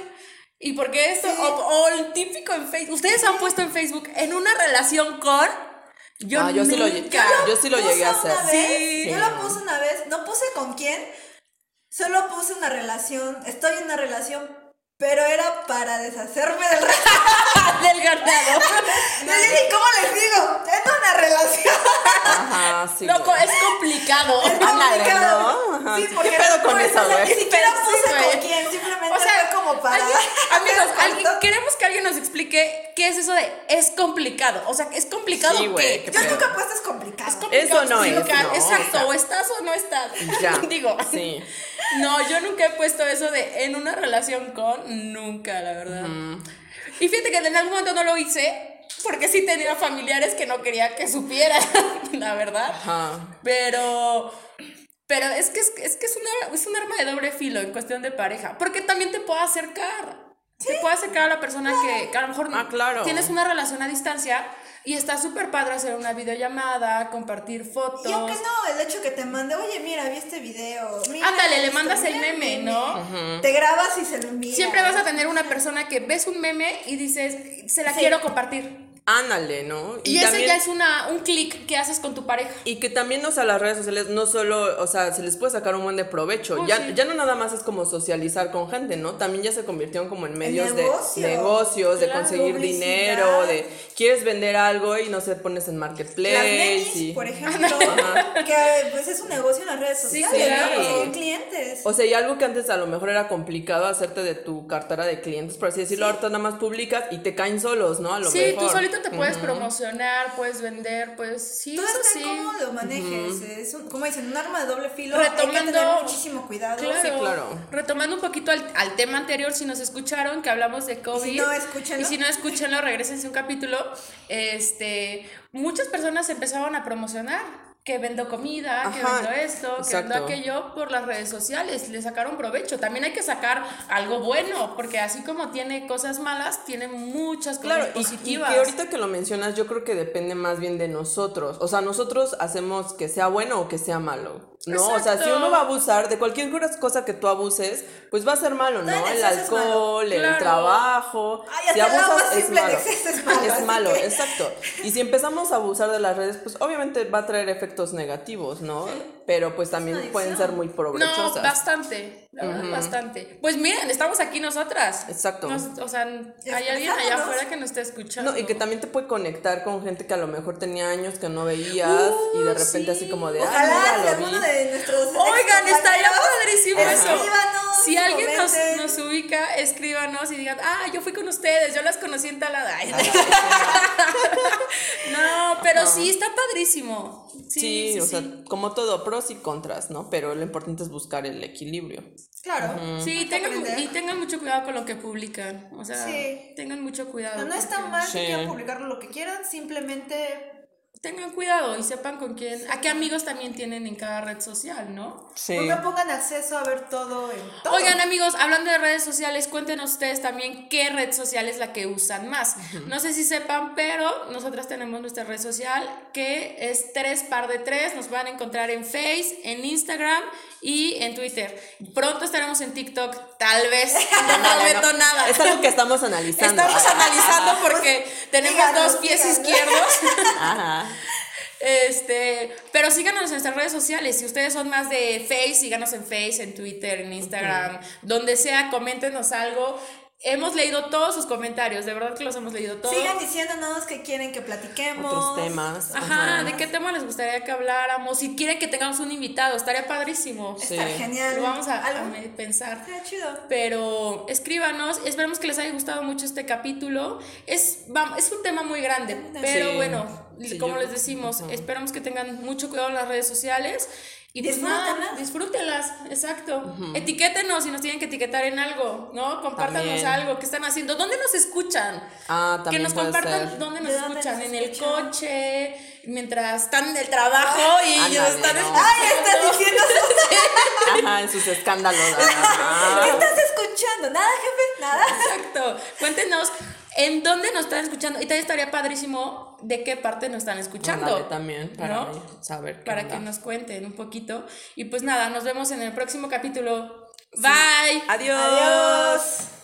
[SPEAKER 3] ¿Y por qué esto? O, o el típico en Facebook. Ustedes han puesto en Facebook en una relación con. Yo,
[SPEAKER 1] Ah, yo sí lo lle-
[SPEAKER 3] nunca.
[SPEAKER 1] yo sí lo
[SPEAKER 2] Puse
[SPEAKER 1] llegué a
[SPEAKER 2] una
[SPEAKER 1] hacer.
[SPEAKER 2] vez,
[SPEAKER 3] Sí.
[SPEAKER 2] Yo lo puse una vez, no puse con quién, solo puse una relación, estoy en una relación, pero era para deshacerme del resto.
[SPEAKER 3] del ganado.
[SPEAKER 2] Yo dije, ¿cómo les digo? Es una relación.
[SPEAKER 1] Ajá, sí.
[SPEAKER 3] Loco,
[SPEAKER 1] güey.
[SPEAKER 3] es complicado.
[SPEAKER 1] Ándale,
[SPEAKER 2] complicado.
[SPEAKER 1] ¿no? Ajá.
[SPEAKER 2] Sí,
[SPEAKER 1] ¿Qué
[SPEAKER 2] porque
[SPEAKER 1] pedo
[SPEAKER 2] no
[SPEAKER 1] con
[SPEAKER 2] puedes,
[SPEAKER 1] eso,
[SPEAKER 2] o sea,
[SPEAKER 1] güey?
[SPEAKER 2] Ni siquiera
[SPEAKER 3] Pero sí,
[SPEAKER 2] puse
[SPEAKER 3] güey.
[SPEAKER 2] con quién, simplemente
[SPEAKER 3] O sea,
[SPEAKER 2] fue como para.
[SPEAKER 3] alguien- amigos,
[SPEAKER 2] Tanto.
[SPEAKER 3] alguien- queremos que alguien nos explique qué es eso de es complicado. O sea, es complicado
[SPEAKER 1] Sí, güey,
[SPEAKER 3] que.
[SPEAKER 1] qué
[SPEAKER 2] Yo
[SPEAKER 1] pedo.
[SPEAKER 2] nunca puesto es complicado.
[SPEAKER 3] Es complicado,
[SPEAKER 1] Eso no es,
[SPEAKER 3] local.
[SPEAKER 1] no,
[SPEAKER 3] Exacto,
[SPEAKER 1] o sea.
[SPEAKER 3] o estás o no estás.
[SPEAKER 1] Ya.
[SPEAKER 3] Digo,
[SPEAKER 1] Sí.
[SPEAKER 3] no, yo nunca he puesto eso de en una relación con, nunca, la verdad. Y fíjate que en algún momento no lo hice porque sí tenía familiares que no quería que supieran, la verdad.
[SPEAKER 1] Ajá.
[SPEAKER 3] Pero. Pero es que es, es que es, una, es un arma de doble filo en cuestión de pareja. Porque también te puede acercar. Te puede acercar a la persona que, que a lo mejor
[SPEAKER 1] Ah, claro.
[SPEAKER 3] tienes una relación a distancia y está súper padre hacer una videollamada, compartir fotos.
[SPEAKER 2] Y aunque no, el hecho que te mande, oye, mira, vi este video. mira,
[SPEAKER 3] Ándale, le
[SPEAKER 2] esto,
[SPEAKER 3] mandas el
[SPEAKER 2] mira
[SPEAKER 3] meme, ¿no?
[SPEAKER 2] Te grabas y se lo envías.
[SPEAKER 3] Siempre vas a tener una persona que ves un meme y dices, se la
[SPEAKER 2] Sí.
[SPEAKER 3] quiero compartir.
[SPEAKER 1] Ándale, ¿no?
[SPEAKER 3] Y, ese ya es una, un clic que haces con tu pareja.
[SPEAKER 1] Y que también, o sea, las redes sociales no solo, o sea, se les puede sacar un buen de provecho.
[SPEAKER 3] Oh,
[SPEAKER 1] ya,
[SPEAKER 3] sí.
[SPEAKER 1] ya no nada más es como socializar con gente, ¿no? También ya se convirtieron como en medios
[SPEAKER 2] negocio.
[SPEAKER 1] de negocios, de
[SPEAKER 3] Claro,
[SPEAKER 1] conseguir
[SPEAKER 2] publicidad.
[SPEAKER 1] dinero, de quieres vender algo y no sé, pones en marketplace.
[SPEAKER 2] Las nenis,
[SPEAKER 1] y-
[SPEAKER 2] por ejemplo, que pues es un negocio en las redes
[SPEAKER 3] Sí,
[SPEAKER 2] sociales,
[SPEAKER 3] claro.
[SPEAKER 2] ¿no? Pues, Son clientes.
[SPEAKER 1] O sea, y algo que antes a lo mejor era complicado hacerte de tu cartera de clientes, por así decirlo, ahorita nada más publicas y te caen solos, ¿no? A lo
[SPEAKER 3] Sí,
[SPEAKER 1] mejor.
[SPEAKER 3] tú solito te puedes promocionar, puedes vender, pues sí,
[SPEAKER 2] Todo
[SPEAKER 3] eso
[SPEAKER 2] está en
[SPEAKER 3] sí.
[SPEAKER 2] cómo lo manejes. Es un- como dicen, un arma de doble filo. Hay que
[SPEAKER 3] Retomando-
[SPEAKER 2] tener muchísimo cuidado.
[SPEAKER 3] Claro.
[SPEAKER 1] Sí, claro.
[SPEAKER 3] Retomando un poquito al, al tema anterior, si nos escucharon que hablamos de COVID.
[SPEAKER 2] Y si no, escúchenlo.
[SPEAKER 3] Y si no, escúchenlo, regrésense un capítulo. Este, muchas personas empezaron a promocionar que vendo comida, que
[SPEAKER 1] Ajá,
[SPEAKER 3] vendo esto, que vendo
[SPEAKER 1] exacto.
[SPEAKER 3] aquello por las redes sociales, le sacaron provecho. También hay que sacar algo bueno, porque así como tiene cosas malas, tiene muchas cosas
[SPEAKER 1] Claro, y- y,
[SPEAKER 3] positivas.
[SPEAKER 1] que ahorita que lo mencionas, yo creo que depende más bien de nosotros. O sea, nosotros hacemos que sea bueno o que sea malo. No, o sea,
[SPEAKER 3] Exacto.
[SPEAKER 1] si uno va a abusar de cualquier cosa que tú abuses, pues va a ser malo, ¿no?
[SPEAKER 2] Todo en
[SPEAKER 1] El
[SPEAKER 2] exceso es malo.
[SPEAKER 1] alcohol, el
[SPEAKER 3] Claro.
[SPEAKER 1] trabajo.
[SPEAKER 2] Ay, hasta
[SPEAKER 1] si
[SPEAKER 2] el agua
[SPEAKER 1] abusas, es
[SPEAKER 2] simple en
[SPEAKER 1] malo.
[SPEAKER 2] exceso es malo,
[SPEAKER 1] Es
[SPEAKER 2] así
[SPEAKER 1] malo,
[SPEAKER 2] que-
[SPEAKER 1] exacto. Y si empezamos a abusar de las redes, pues obviamente va a traer efectos negativos, ¿no? Pero pues también pueden ser muy
[SPEAKER 3] No,
[SPEAKER 1] provechosas.
[SPEAKER 3] bastante, la verdad, bastante. Pues miren, estamos aquí nosotras.
[SPEAKER 1] Exacto.
[SPEAKER 3] Nos- o sea, hay alguien allá
[SPEAKER 2] Expresándonos.
[SPEAKER 3] afuera que nos está escuchando.
[SPEAKER 1] No, y que también te puede conectar con gente que a lo mejor tenía años que no veías y de
[SPEAKER 3] Uh,
[SPEAKER 1] repente así como de... "Ay,
[SPEAKER 2] Ojalá
[SPEAKER 1] mira,
[SPEAKER 2] si
[SPEAKER 1] lo vi".
[SPEAKER 2] alguno de nuestros.
[SPEAKER 3] Oigan,
[SPEAKER 2] excompañeros
[SPEAKER 3] estaría padrísimo eso.
[SPEAKER 2] Escríbanos.
[SPEAKER 3] Si alguien nos, nos ubica, escríbanos y digan, ah, yo fui con ustedes, yo las conocí en Talada.
[SPEAKER 1] Ah,
[SPEAKER 3] no, pero sí, está padrísimo. Sí,
[SPEAKER 1] Sí,
[SPEAKER 3] sí,
[SPEAKER 1] o
[SPEAKER 3] sí.
[SPEAKER 1] sea, como todo, pros y contras, ¿no? Pero lo importante es buscar el equilibrio.
[SPEAKER 4] Claro.
[SPEAKER 3] Sí, tengan, mu-
[SPEAKER 4] aprender.
[SPEAKER 3] y tengan mucho cuidado con lo que publican. O sea,
[SPEAKER 4] Sí.
[SPEAKER 3] tengan mucho
[SPEAKER 4] O
[SPEAKER 3] cuidado.
[SPEAKER 4] sea, No está
[SPEAKER 3] porque-
[SPEAKER 4] mal
[SPEAKER 1] Sí.
[SPEAKER 4] que quieran publicar lo que quieran, simplemente.
[SPEAKER 3] Tengan cuidado y sepan con quién, a qué amigos también tienen en cada red social, ¿no?
[SPEAKER 1] Sí.
[SPEAKER 4] pues, no pongan acceso a ver todo en todo.
[SPEAKER 3] Oigan amigos, hablando de redes sociales, cuéntenos ustedes también qué red social es la que usan más. No sé si sepan, pero nosotras tenemos nuestra red social que es tres par de tres. Nos van a encontrar en Face, en Instagram y en Twitter. Pronto estaremos en TikTok, tal vez. No prometo nada.
[SPEAKER 1] Es algo que estamos analizando.
[SPEAKER 3] Estamos analizando porque tenemos
[SPEAKER 4] díganos,
[SPEAKER 3] dos pies
[SPEAKER 4] díganos.
[SPEAKER 3] izquierdos.
[SPEAKER 1] Ajá.
[SPEAKER 3] Este, pero síganos en nuestras redes sociales. Si ustedes son más de Face, síganos en Face, en Twitter, en Instagram, donde sea, coméntenos algo. Hemos leído todos sus comentarios, de verdad que los hemos leído todos.
[SPEAKER 4] Sigan diciéndonos que quieren que platiquemos.
[SPEAKER 1] Otros temas.
[SPEAKER 3] Ajá, ¿de qué tema les gustaría que habláramos? Si quieren que tengamos un invitado, estaría padrísimo.
[SPEAKER 1] Sí.
[SPEAKER 4] Está genial.
[SPEAKER 3] Lo vamos a, a
[SPEAKER 4] Algo-
[SPEAKER 3] me- pensar.
[SPEAKER 4] Está chido.
[SPEAKER 3] Pero escríbanos, esperemos que les haya gustado mucho este capítulo. Es, va- es un tema muy grande, pero
[SPEAKER 1] Sí.
[SPEAKER 3] bueno,
[SPEAKER 1] Sí,
[SPEAKER 3] como
[SPEAKER 1] yo-
[SPEAKER 3] les decimos,
[SPEAKER 1] Ujú.
[SPEAKER 3] esperamos que tengan mucho cuidado en las redes sociales. Y pues nada,
[SPEAKER 4] Disfrútenlas.
[SPEAKER 3] disfrútenlas, exacto. Etiquétenos si nos tienen que etiquetar en algo, ¿no? Compártanos
[SPEAKER 1] También.
[SPEAKER 3] algo, ¿qué están haciendo? ¿Dónde nos escuchan?
[SPEAKER 1] Ah,
[SPEAKER 3] Que
[SPEAKER 1] también
[SPEAKER 3] nos
[SPEAKER 1] puede
[SPEAKER 3] compartan
[SPEAKER 1] ser.
[SPEAKER 3] dónde nos
[SPEAKER 4] ¿De dónde
[SPEAKER 3] escuchan,
[SPEAKER 4] nos
[SPEAKER 3] en el
[SPEAKER 4] escuchan?
[SPEAKER 3] coche, mientras están en el trabajo y
[SPEAKER 1] Ándale,
[SPEAKER 3] nos están
[SPEAKER 1] ¿no?
[SPEAKER 3] este escuchando.
[SPEAKER 4] Ay, estás diciendo.
[SPEAKER 1] Ajá, en sus escándalos. ajá.
[SPEAKER 4] ¿Qué estás escuchando? Nada, jefe, nada.
[SPEAKER 3] Exacto. Cuéntenos en dónde nos están escuchando. Y también estaría padrísimo de qué parte nos están escuchando.
[SPEAKER 1] Ándale, también, para
[SPEAKER 3] ¿no?
[SPEAKER 1] saber qué
[SPEAKER 3] Para
[SPEAKER 1] onda.
[SPEAKER 3] que nos cuenten un poquito. Y pues nada, nos vemos en el próximo capítulo. Bye.
[SPEAKER 1] Adiós.
[SPEAKER 4] Adiós.